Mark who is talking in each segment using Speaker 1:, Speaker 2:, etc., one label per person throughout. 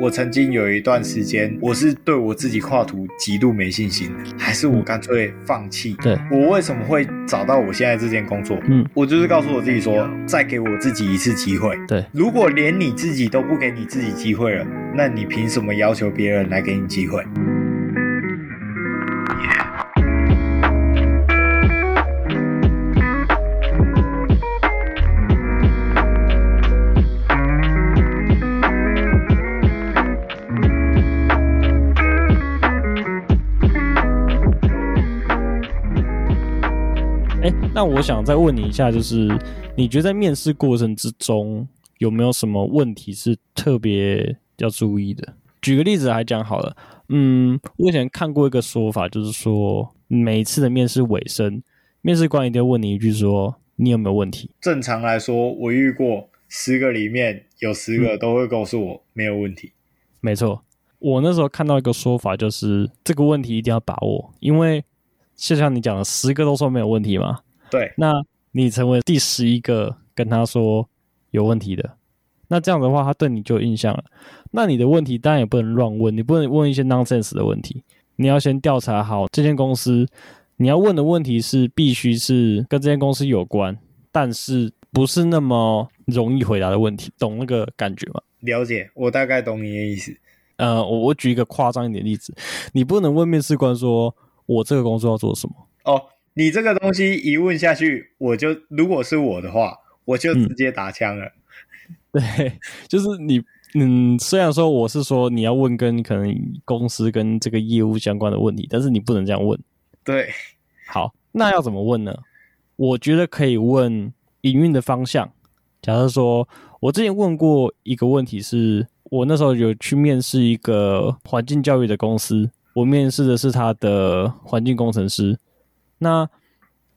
Speaker 1: 我曾经有一段时间，我是对我自己画图极度没信心的，还是我干脆放弃。
Speaker 2: 对
Speaker 1: 我为什么会找到我现在这件工作？
Speaker 2: 嗯，
Speaker 1: 我就是告诉我自己说，再给我自己一次机会。
Speaker 2: 对，
Speaker 1: 如果连你自己都不给你自己机会了，那你凭什么要求别人来给你机会？
Speaker 2: 哎，那我想再问你一下，就是你觉得在面试过程之中有没有什么问题是特别要注意的？举个例子来讲好了，嗯，我以前看过一个说法，就是说每一次的面试尾声，面试官一定会问你一句说你有没有问题？
Speaker 1: 正常来说，我遇过十个里面有十个都会告诉我没有问题。
Speaker 2: 没错，我那时候看到一个说法，就是这个问题一定要把握，因为就像你讲的，十个都说没有问题嘛，
Speaker 1: 对，
Speaker 2: 那你成为第十一个跟他说有问题的，那这样的话，他对你就有印象了。那你的问题当然也不能乱问，你不能问一些 nonsense 的问题，你要先调查好这间公司，你要问的问题是必须是跟这间公司有关，但是不是那么容易回答的问题，懂那个感觉吗？
Speaker 1: 了解，我大概懂你的意思。
Speaker 2: 呃，我我举一个夸张一点的例子，你不能问面试官说我这个工作要做什么，
Speaker 1: 哦，你这个东西一问下去，我就如果是我的话，我就
Speaker 2: 嗯
Speaker 1: 直接打枪了。
Speaker 2: 对，就是你，嗯，虽然说我是说你要问跟可能公司跟这个业务相关的问题，但是你不能这样问。
Speaker 1: 对，
Speaker 2: 好，那要怎么问呢？我觉得可以问营运的方向。假设说，我之前问过一个问题是，我那时候有去面试一个环境教育的公司，我面试的是他的环境工程师。那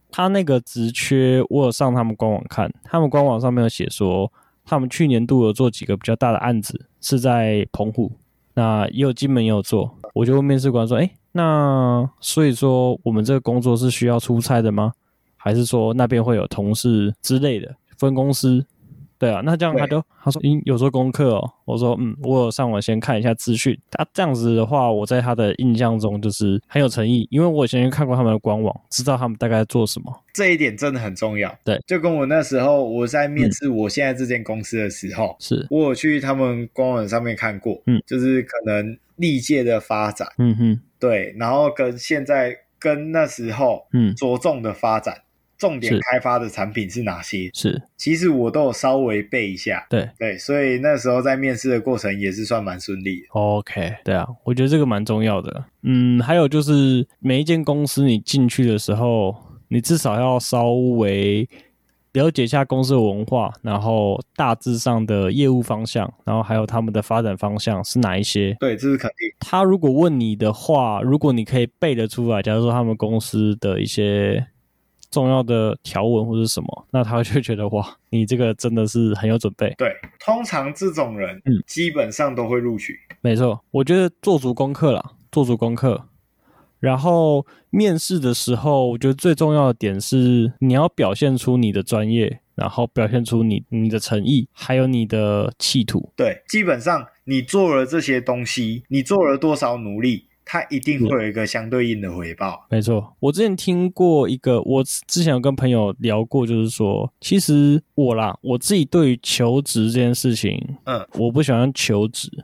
Speaker 2: 他那个职缺，我有上他们官网看，他们官网上面有写说，他们去年度有做几个比较大的案子，是在澎湖，那也有金门也有做，我就问面试官说：“哎、那所以说我们这个工作是需要出差的吗？还是说那边会有同事之类的分公司？”对啊，那这样他就他说：“嗯，有做功课哦。”我说：“嗯，我有上网先看一下资讯。”他这样子的话，我在他的印象中就是很有诚意，因为我以前就看过他们的官网，知道他们大概在做什么。
Speaker 1: 这一点真的很重要。
Speaker 2: 对，嗯
Speaker 1: 就跟我那时候我在面试我现在这间公司的时候，
Speaker 2: 是，
Speaker 1: 我有去他们官网上面看过，
Speaker 2: 嗯，
Speaker 1: 就是可能历届的发展，
Speaker 2: 嗯哼，
Speaker 1: 对，然后跟现在跟那时候
Speaker 2: 嗯，
Speaker 1: 着重的发展。重点
Speaker 2: 是
Speaker 1: 开发的产品是哪些？
Speaker 2: 是
Speaker 1: 其实我都有稍微背一下，
Speaker 2: 对。
Speaker 1: 对，所以那时候在面试的过程也是算蛮顺利的。
Speaker 2: OK，对啊，我觉得这个蛮重要的。嗯，还有就是每一间公司你进去的时候，你至少要稍微了解一下公司的文化，然后大致上的业务方向，然后还有他们的发展方向是哪一些。
Speaker 1: 对，这是肯定。
Speaker 2: 他如果问你的话，如果你可以背得出来，假如说他们公司的一些重要的条文或是什么，那他就会觉得哇，你这个真的是很有准备。
Speaker 1: 对，通常这种人，
Speaker 2: 嗯
Speaker 1: 基本上都会录取。
Speaker 2: 没错，我觉得做足功课啦，做足功课。然后面试的时候，我觉得最重要的点是你要表现出你的专业，然后表现出你你的诚意，还有你的企图。
Speaker 1: 对，基本上你做了这些东西，你做了多少努力，他一定会有一个相对应的回报。
Speaker 2: 没错，我之前听过一个，我之前有跟朋友聊过，就是说，其实我啦，我自己对于求职这件事情，
Speaker 1: 嗯，
Speaker 2: 我不喜欢求职，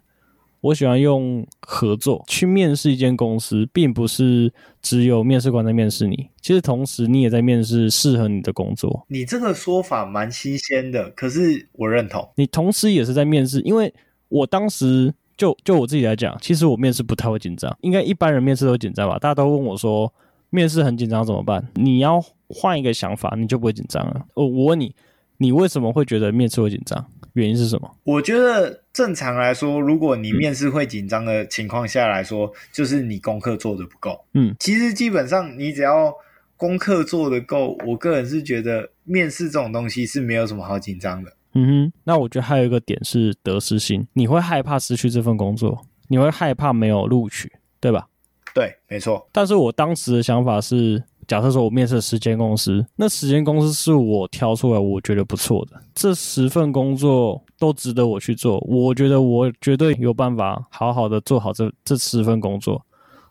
Speaker 2: 我喜欢用合作去面试一间公司，并不是只有面试官在面试你，其实同时你也在面试适合你的工作，
Speaker 1: 你这个说法蛮新鲜的，可是我认同。
Speaker 2: 你同时也是在面试，因为我当时。就就我自己来讲，其实我面试不太会紧张，应该一般人面试都紧张吧？大家都问我说，面试很紧张怎么办？你要换一个想法，你就不会紧张了。我我问你，你为什么会觉得面试会紧张？原因是什么？
Speaker 1: 我觉得正常来说，如果
Speaker 2: 嗯
Speaker 1: 你面试会紧张的情况下来说，就是你功课做的不够。
Speaker 2: 嗯，
Speaker 1: 其实基本上你只要功课做得够，我个人是觉得面试这种东西是没有什么好紧张的。
Speaker 2: 嗯哼，那我觉得还有一个点是得失心，你会害怕失去这份工作，你会害怕没有录取，对吧？
Speaker 1: 对，没错，
Speaker 2: 但是我当时的想法是，假设说我面试了十间公司，那十间公司是我挑出来我觉得不错的，这十份工作都值得我去做。我觉得我绝对有办法好好的做好这这十份工作。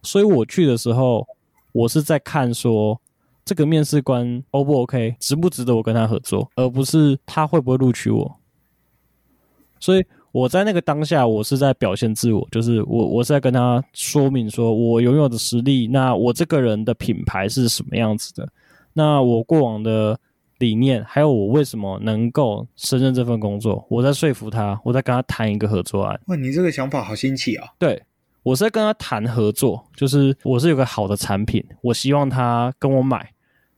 Speaker 2: 所以我去的时候，我是在看说这个面试官 O 不 OK，值不值得我跟他合作，而不是他会不会录取我。所以我在那个当下，我是在表现自我，就是我我是在跟他说明说我拥有的实力，那我这个人的品牌是什么样子的，那我过往的理念，还有我为什么能够胜任这份工作，我在说服他，我在跟他谈一个合作案。
Speaker 1: 哇，你这个想法好新奇啊！
Speaker 2: 对我是在跟他谈合作，就是我是有个好的产品，我希望他跟我买。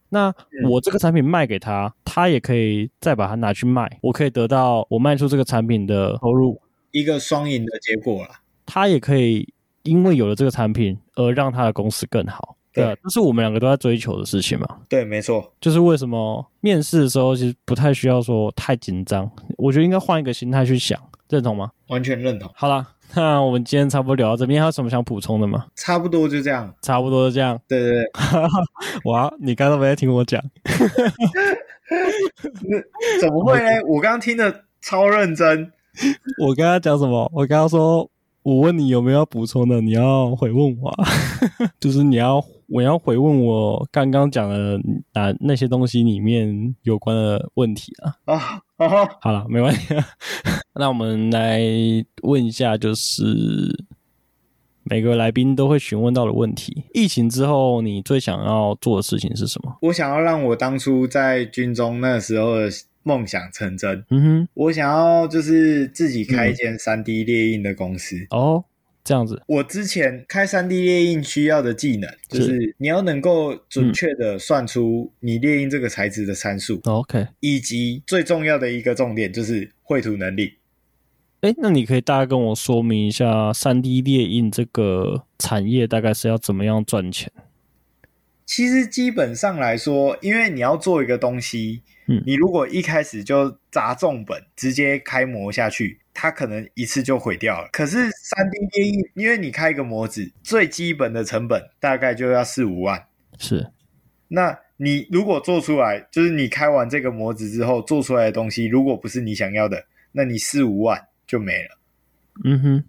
Speaker 2: 那我这个产品卖给他，他也可以再把它拿去卖，我可以得到我卖出这个产品的收入，
Speaker 1: 一个双赢的结果啦。
Speaker 2: 他也可以因为有了这个产品而让他的公司更好。对啊
Speaker 1: 对，
Speaker 2: 这是我们两个都在追求的事情嘛。
Speaker 1: 对，没错，
Speaker 2: 就是为什么面试的时候其实不太需要说太紧张，我觉得应该换一个心态去想，认同吗？
Speaker 1: 完全认同，
Speaker 2: 好啦， 那我们今天差不多聊到这边，还有什么想补充的吗？
Speaker 1: 差不多就这样。
Speaker 2: 差不多就这样。
Speaker 1: 对对对，
Speaker 2: 哇，你刚刚没在听我讲，
Speaker 1: 怎么会呢？我刚刚听的超认真。
Speaker 2: 我刚刚讲什么？我刚刚说，我问你有没有要补充的，你要回问我、啊， 就是你要我要回问我刚刚讲的哪那些东西里面有关的问题啊。
Speaker 1: 啊啊！
Speaker 2: 好了，没关系、啊， 那我们来问一下，就是每个来宾都会询问到的问题。疫情之后，你最想要做的事情是什么？
Speaker 1: 我想要让我当初在军中那时候的梦想成真。
Speaker 2: 嗯哼，
Speaker 1: 我想要就是自己开一间三 D 列印的公司。
Speaker 2: 哦，这样子，
Speaker 1: 我之前开三 D 列印需要的技能，就是你要能够准确的算出你列印这个材质的参数，
Speaker 2: 哦 OK，
Speaker 1: 以及最重要的一个重点就是绘图能力。
Speaker 2: 哎，那你可以大概跟我说明一下三 D 列印这个产业大概是要怎么样赚钱？
Speaker 1: 其实基本上来说，因为你要做一个东西，
Speaker 2: 嗯
Speaker 1: 你如果一开始就砸重本，直接开模下去，它可能一次就毁掉了。可是三 D 列印，因为你开一个模子，最基本的成本大概就要四五万。
Speaker 2: 是，
Speaker 1: 那你如果做出来，就是你开完这个模子之后做出来的东西，如果不是你想要的，那你四五万就没了。
Speaker 2: 嗯哼，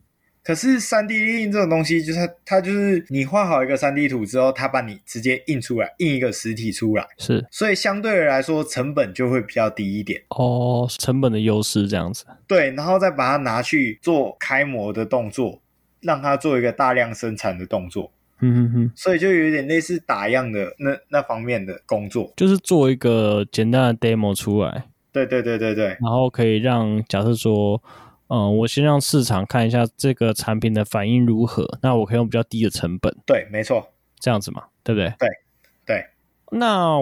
Speaker 1: 可是三 D 列印这种东西，就是它它就是你画好一个三 D 图之后，它把你直接印出来，印一个实体出来，
Speaker 2: 是
Speaker 1: 所以相对来说成本就会比较低一点。
Speaker 2: 哦，成本的优势这样子。
Speaker 1: 对，然后再把它拿去做开模的动作，让它做一个大量生产的动作，
Speaker 2: 嗯哼哼，
Speaker 1: 所以就有点类似打样的那那方面的工作。
Speaker 2: 就是做一个简单的 demo 出来，
Speaker 1: 对对对对对，
Speaker 2: 然后可以让假设说，嗯、我先让市场看一下这个产品的反应如何，那我可以用比较低的成本
Speaker 1: 对，没错，
Speaker 2: 这样子嘛，对不对？
Speaker 1: 对。
Speaker 2: 那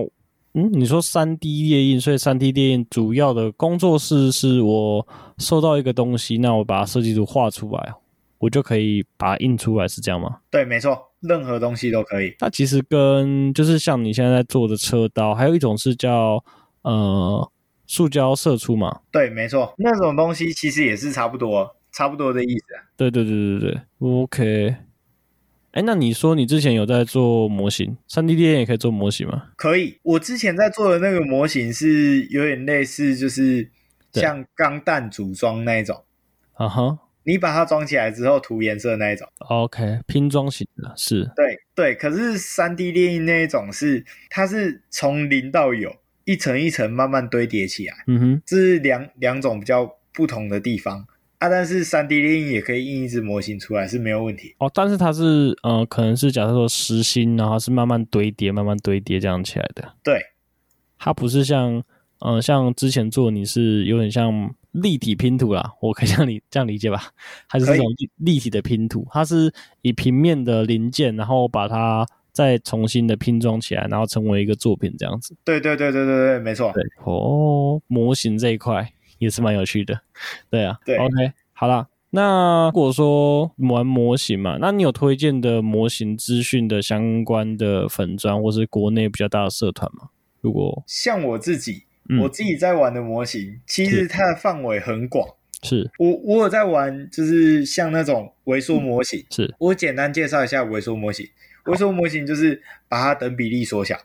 Speaker 2: 嗯，你说三 D 列印，所以三 D 列印主要的工作室是我收到一个东西，那我把它设计图画出来，我就可以把它印出来，是这样吗？
Speaker 1: 对，没错，任何东西都可以。
Speaker 2: 那其实跟就是像你现在在做的车刀，还有一种是叫呃塑胶射出嘛？
Speaker 1: 对，没错，那种东西其实也是差不多，差不多的意思啊。
Speaker 2: 对对对对对，OK。哎，那你说你之前有在做模型，三 D 列印也可以做模型吗？
Speaker 1: 可以，我之前在做的那个模型是有点类似，就是
Speaker 2: 对
Speaker 1: 像钢弹组装那一种，
Speaker 2: 啊哈
Speaker 1: 你把它装起来之后涂颜色那一种。
Speaker 2: ，OK，拼装型的是
Speaker 1: 对对，可是三 D 列印那一种是，它是从零到有，一层一层慢慢堆叠起来，
Speaker 2: 嗯哼。
Speaker 1: 这是两两种比较不同的地方啊。但是三 D 列印也可以印一只模型出来是没有问题。
Speaker 2: 哦，但是它是呃，可能是假设说实心，然后是慢慢堆叠、慢慢堆叠这样起来的。
Speaker 1: 对，
Speaker 2: 它不是像呃，像之前做你是有点像立体拼图啦，我可以让你这样理解吧？它就是
Speaker 1: 可以
Speaker 2: 这种立立体的拼图，它是以平面的零件，然后把它再重新的拼装起来，然后成为一个作品这样子。
Speaker 1: 对对对对对对，没错。
Speaker 2: 对，哦，模型这一块也是蛮有趣的。对啊，
Speaker 1: 对
Speaker 2: ，OK，好啦。那如果说玩模型嘛，那你有推荐的模型资讯的相关的粉砖，或是国内比较大的社团吗？如果
Speaker 1: 像我自己，
Speaker 2: 嗯
Speaker 1: 我自己在玩的模型，其实它的范围很广。
Speaker 2: 是
Speaker 1: 我我有在玩，就是像那种微缩模型。
Speaker 2: 是
Speaker 1: 我简单介绍一下微缩模型。微缩模型就是把它等比例缩小，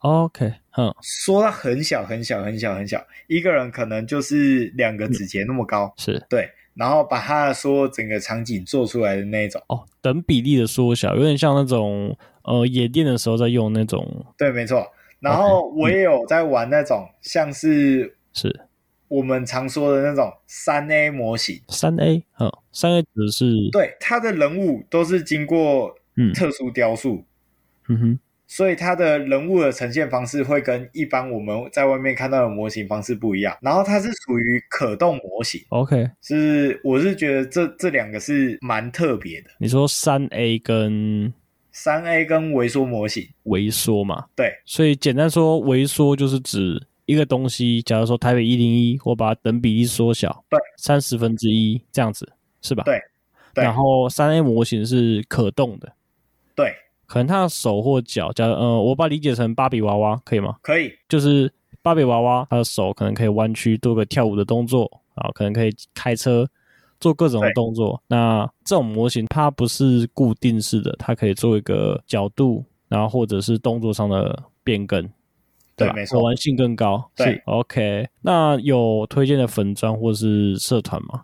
Speaker 2: OK，嗯，
Speaker 1: 说到很小很小很小很小，一个人可能就是两个指节那么高，
Speaker 2: 是
Speaker 1: 对，然后把他的所有整个场景做出来的那一种，
Speaker 2: 哦，等比例的缩小，有点像那种呃野店的时候在用那种，
Speaker 1: 对，没错。然后我也有在玩那种像是
Speaker 2: 是
Speaker 1: 我们常说的那种三 A 模型，
Speaker 2: 三 A，嗯，三 A 指的是，
Speaker 1: 对，它的人物都是经过
Speaker 2: 嗯
Speaker 1: 特殊雕塑，
Speaker 2: 嗯哼，
Speaker 1: 所以它的人物的呈现方式会跟一般我们在外面看到的模型方式不一样。然后它是属于可动模型，
Speaker 2: ，OK，
Speaker 1: 是我是觉得这这两个是蛮特别的。
Speaker 2: 你说三 A 跟
Speaker 1: 三 A 跟微缩模型，
Speaker 2: 微缩嘛，
Speaker 1: 对
Speaker 2: 所以简单说，微缩就是指一个东西，假如说台北一零一，我把它等比例缩小，
Speaker 1: 对，
Speaker 2: 三十分之一这样子，是吧？
Speaker 1: 对对
Speaker 2: 然后三 A 模型是可动的，
Speaker 1: 对，
Speaker 2: 可能他的手或脚，假如呃，我把它理解成芭比娃娃，可以吗？
Speaker 1: 可以，
Speaker 2: 就是芭比娃娃，她的手可能可以弯曲，做个跳舞的动作，啊，可能可以开车，做各种的
Speaker 1: 对
Speaker 2: 动作。那这种模型它不是固定式的，它可以做一个角度，然后或者是动作上的变更，
Speaker 1: 对
Speaker 2: 吧？
Speaker 1: 没错
Speaker 2: 可玩性更高。
Speaker 1: 对
Speaker 2: 是，OK。那有推荐的粉砖或是社团吗？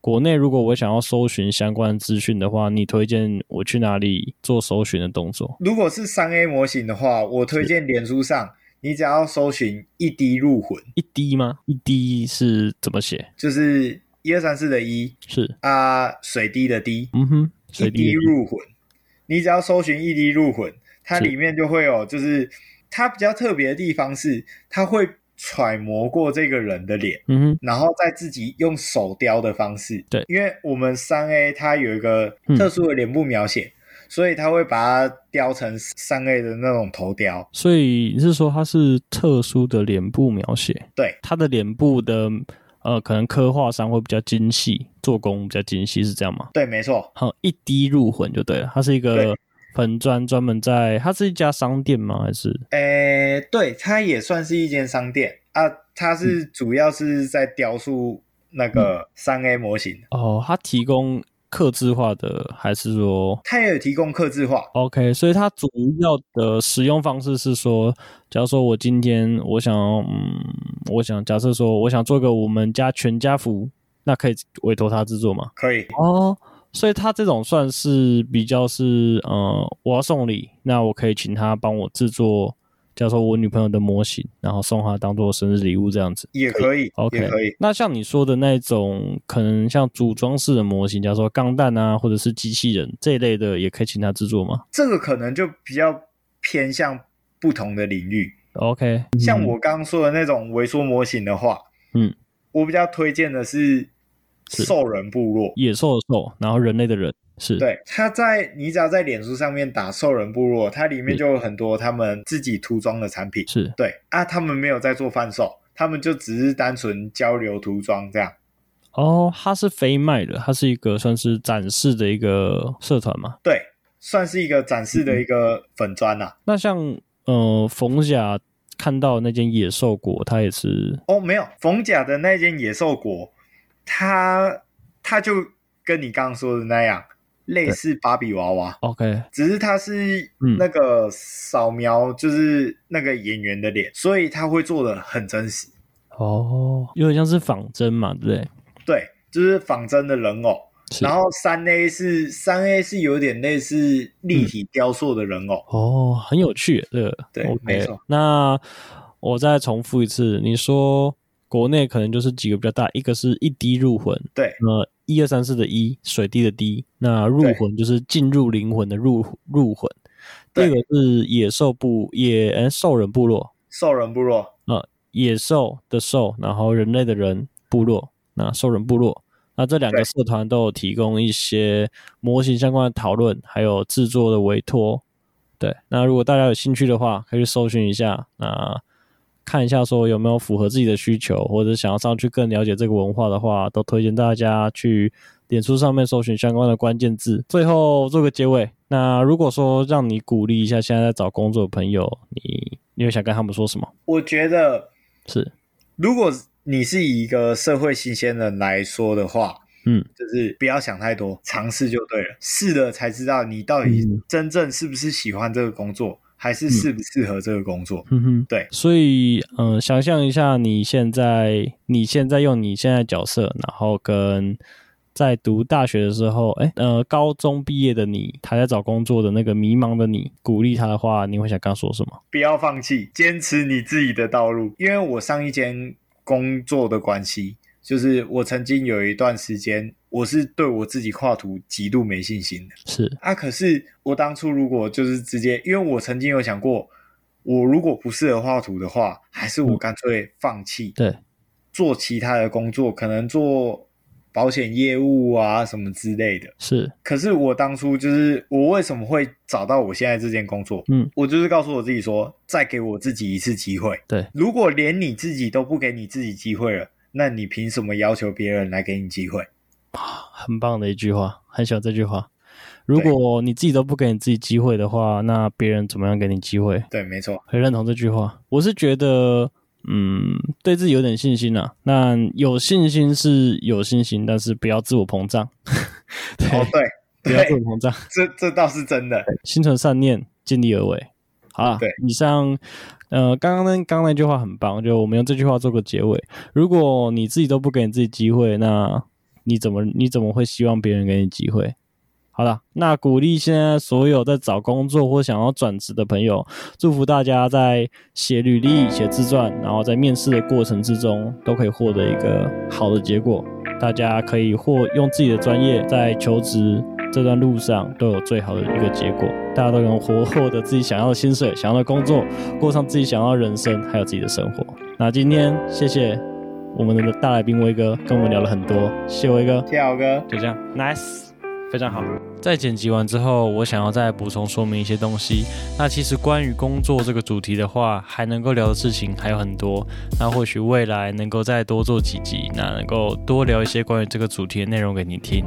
Speaker 2: 国内如果我想要搜寻相关资讯的话，你推荐我去哪里做搜寻的动作？
Speaker 1: 如果是三 A 模型的话，我推荐脸书上，你只要搜寻一滴入魂，
Speaker 2: 一滴吗？一滴是怎么写？
Speaker 1: 就是一二三四的一
Speaker 2: 是，
Speaker 1: 啊，水滴的滴，
Speaker 2: 嗯哼，
Speaker 1: 一
Speaker 2: 水滴
Speaker 1: 滴
Speaker 2: 的滴
Speaker 1: 入魂，你只要搜寻一滴入魂，它
Speaker 2: 是
Speaker 1: 里面就会有，就是它比较特别的地方是，它会揣摩过这个人的脸，
Speaker 2: 嗯哼，
Speaker 1: 然后再自己用手雕的方式。
Speaker 2: 对
Speaker 1: 因为我们三 A 它有一个
Speaker 2: 嗯
Speaker 1: 特殊的脸部描写，所以它会把它雕成三 A 的那种头雕。
Speaker 2: 所以你是说它是特殊的脸部描写？
Speaker 1: 对，
Speaker 2: 它的脸部的呃，可能刻画上会比较精细，做工比较精细，是这样吗？
Speaker 1: 对，没错，
Speaker 2: 好，一滴入魂就对了。它是一个
Speaker 1: 对
Speaker 2: 粉砖，专门在它是一家商店吗？还是
Speaker 1: 诶，对，它也算是一间商店啊，它
Speaker 2: 嗯
Speaker 1: 是主要是在雕塑那个三 A 模型，
Speaker 2: 哦，它提供刻字化的，还是说
Speaker 1: 它也有提供刻字化。
Speaker 2: OK，所以它主要的使用方式是说，假如说我今天我想要，嗯，我想假设说我想做个我们家全家福，那可以委托他制作吗？
Speaker 1: 可以，
Speaker 2: 哦，所以他这种算是比较是，呃，我要送礼，那我可以请他帮我制作，假如说我女朋友的模型，然后送她当做生日礼物这样子。
Speaker 1: 也可以，
Speaker 2: OK，
Speaker 1: 也可以，
Speaker 2: 那像你说的那种，可能像组装式的模型，假如说钢弹啊，或者是机器人这一类的，也可以请他制作吗？
Speaker 1: 这个可能就比较偏向不同的领域。
Speaker 2: OK，
Speaker 1: 像
Speaker 2: 嗯
Speaker 1: 我刚刚说的那种微缩模型的话，
Speaker 2: 嗯，
Speaker 1: 我比较推荐的是
Speaker 2: 是
Speaker 1: 兽人部落。
Speaker 2: 野兽的兽，然后人类的人是，
Speaker 1: 对，它在你只要在脸书上面打“兽人部落”，它里面就有很多他们自己涂装的产品。
Speaker 2: 是
Speaker 1: 对啊，他们没有在做贩售，他们就只是单纯交流涂装这样。
Speaker 2: 哦，它是非卖的，它是一个算是展示的一个社团嘛。
Speaker 1: 对，算是一个展示
Speaker 2: 嗯
Speaker 1: 的一个粉砖啊啦、
Speaker 2: 那像呃，冯甲看到那间野兽国，它也是
Speaker 1: 哦，没有，冯甲的那间野兽国，它它就跟你刚刚说的那样，类似芭比娃娃，
Speaker 2: OK，
Speaker 1: 只是它是
Speaker 2: 嗯
Speaker 1: 那个扫描，就是那个演员的脸，所以它会做的很真实。
Speaker 2: 哦，有点像是仿真嘛，对不对？
Speaker 1: 对，就是仿真的人偶。
Speaker 2: 是
Speaker 1: 然后三 A 是三 A 是有点类似立体雕塑的人偶，
Speaker 2: 哦，很有趣耶，这个
Speaker 1: 对
Speaker 2: OK
Speaker 1: 没错
Speaker 2: 那我再重复一次，你说国内可能就是几个比较大，一个是一滴入魂，
Speaker 1: 对
Speaker 2: 呃，一二三四的一，水滴的滴，那入
Speaker 1: 对
Speaker 2: 魂就是进入灵魂的入入魂。第二
Speaker 1: 对
Speaker 2: 个是野兽部野呃兽人部落，
Speaker 1: 兽人部落。
Speaker 2: 野兽的兽，然后人类的人部落，那兽人部落，那这两个
Speaker 1: 对
Speaker 2: 社团都有提供一些模型相关的讨论，还有制作的委托。对，那如果大家有兴趣的话，可以去搜寻一下，那看一下说有没有符合自己的需求，或者想要上去更了解这个文化的话，都推荐大家去脸书上面搜寻相关的关键字。最后做个结尾，那如果说让你鼓励一下现在在找工作的朋友，你你会想跟他们说什么？
Speaker 1: 我觉得，
Speaker 2: 是，
Speaker 1: 如果你是以一个社会新鲜人来说的话，
Speaker 2: 嗯。
Speaker 1: 就是不要想太多，尝试就对了，试了才知道你到底
Speaker 2: 嗯
Speaker 1: 真正是不是喜欢这个工作，还是适不适合这个工作。
Speaker 2: 嗯哼，
Speaker 1: 对
Speaker 2: 所以，嗯、想象一下，你现在你现在用你现在的角色，然后跟在读大学的时候，哎，呃，高中毕业的你，还在找工作的那个迷茫的你，鼓励他的话，你会想跟他说什么？
Speaker 1: 不要放弃，坚持你自己的道路。因为我上一间工作的关系，就是我曾经有一段时间，我是对我自己跨图极度没信心的
Speaker 2: 是，
Speaker 1: 啊。可是我当初如果就是直接，因为我曾经有想过，我如果不适合画图的话，还是我干脆放弃，
Speaker 2: 对，
Speaker 1: 做其他的工作，可能做保险业务啊什么之类的。
Speaker 2: 是，
Speaker 1: 可是我当初就是我为什么会找到我现在这件工作？
Speaker 2: 嗯，
Speaker 1: 我就是告诉我自己说，再给我自己一次机会。
Speaker 2: 对，
Speaker 1: 如果连你自己都不给你自己机会了，那你凭什么要求别人来给你机会？
Speaker 2: 很棒的一句话，很喜欢这句话。如果你自己都不给你自己机会的话，那别人怎么样给你机会？
Speaker 1: 对，没错，
Speaker 2: 很认同这句话。我是觉得，嗯，对自己有点信心啊。那有信心是有信心，但是不要自我 膨胀。对，
Speaker 1: 哦，对，
Speaker 2: 不要自我
Speaker 1: 对，
Speaker 2: 膨胀，
Speaker 1: 这这倒是真的。
Speaker 2: 心存善念，尽力而为。好啦
Speaker 1: 对，
Speaker 2: 以上，呃，刚刚那刚刚那句话很棒，就我们用这句话做个结尾。如果你自己都不给你自己机会，那你怎么你怎么会希望别人给你机会？好了，那鼓励现在所有在找工作或想要转职的朋友，祝福大家在写履历、写自传，然后在面试的过程之中，都可以获得一个好的结果。大家可以或用自己的专业在求职这段路上都有最好的一个结果，大家都能活获得自己想要的薪水、想要的工作，过上自己想要的人生，还有自己的生活。那今天谢谢我们的大来宾威哥，跟我们聊了很多，谢谢威哥。
Speaker 1: 谢谢豪哥，
Speaker 2: 就这样，nice，非常好。在剪辑完之后，我想要再补充说明一些东西。那其实关于工作这个主题的话，还能够聊的事情还有很多。那或许未来能够再多做几集，那能够多聊一些关于这个主题的内容给你听。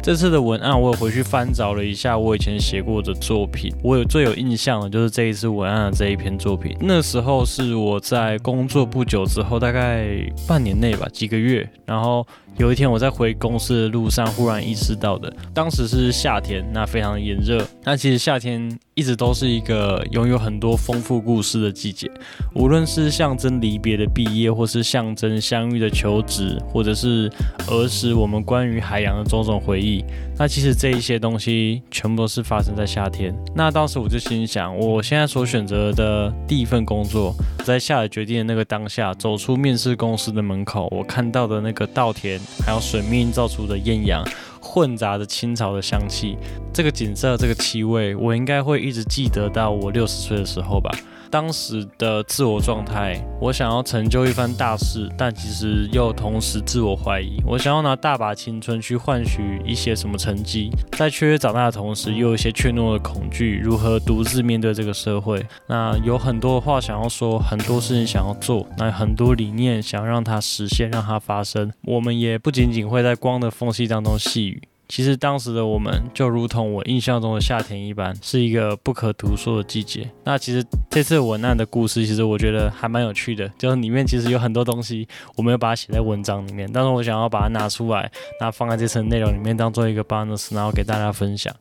Speaker 2: 这次的文案我有回去翻找了一下我以前写过的作品，我有最有印象的就是这一次文案的这一篇作品。那时候是我在工作不久之后，大概半年内吧，几个月。然后有一天我在回公司的路上忽然意识到的，当时是夏天，那非常炎热。那其实夏天一直都是一个拥有很多丰富故事的季节，无论是象征离别的毕业，或是象征相遇的求职，或者是儿时我们关于海洋的种种回忆。那其实这一些东西全部都是发生在夏天。那当时我就心想，我现在所选择的第一份工作，在下了决定的那个当下，走出面试公司的门口，我看到的那个稻田，还有水面映照出的艳阳。混杂着青草的香气，这个景色，这个气味，我应该会一直记得到我六十岁的时候吧。当时的自我状态，我想要成就一番大事，但其实又同时自我怀疑。我想要拿大把青春去换取一些什么成绩，在雀跃长大的同时，又有一些怯懦的恐惧，如何独自面对这个社会？那有很多的话想要说，很多事情想要做，那很多理念想让它实现，让它发生。我们也不仅仅会在光的缝隙当中细语。其实当时的我们就如同我印象中的夏天一般，是一个不可读说的季节。那其实这次文案的故事，其实我觉得还蛮有趣的，就是里面其实有很多东西我没有把它写在文章里面，但是我想要把它拿出来，那放在这层内容里面当做一个 bonus，然后给大家分享。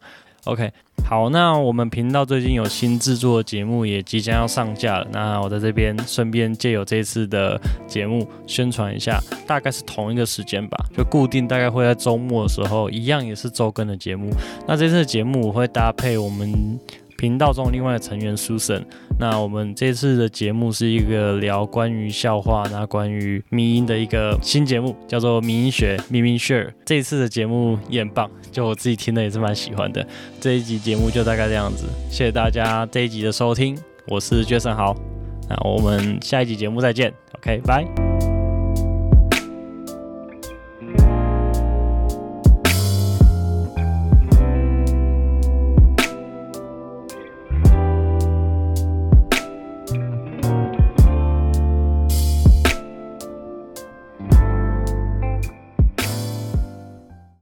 Speaker 2: OK，好，那我们频道最近有新制作的节目也即将要上架了，那我在这边顺便借由这次的节目宣传一下，大概是同一个时间吧，就固定大概会在周末的时候，一样也是周更的节目。那这次的节目我会搭配我们。频道中另外的成员 Susan，那我们这次的节目是一个聊关于笑话，那关于迷音的一个新节目，叫做《迷音学》迷迷 Share。这一次的节目也很棒，就我自己听的也是蛮喜欢的。这一集节目就大概这样子，谢谢大家这一集的收听，我是 Jason 豪，那我们下一集节目再见，OK，拜。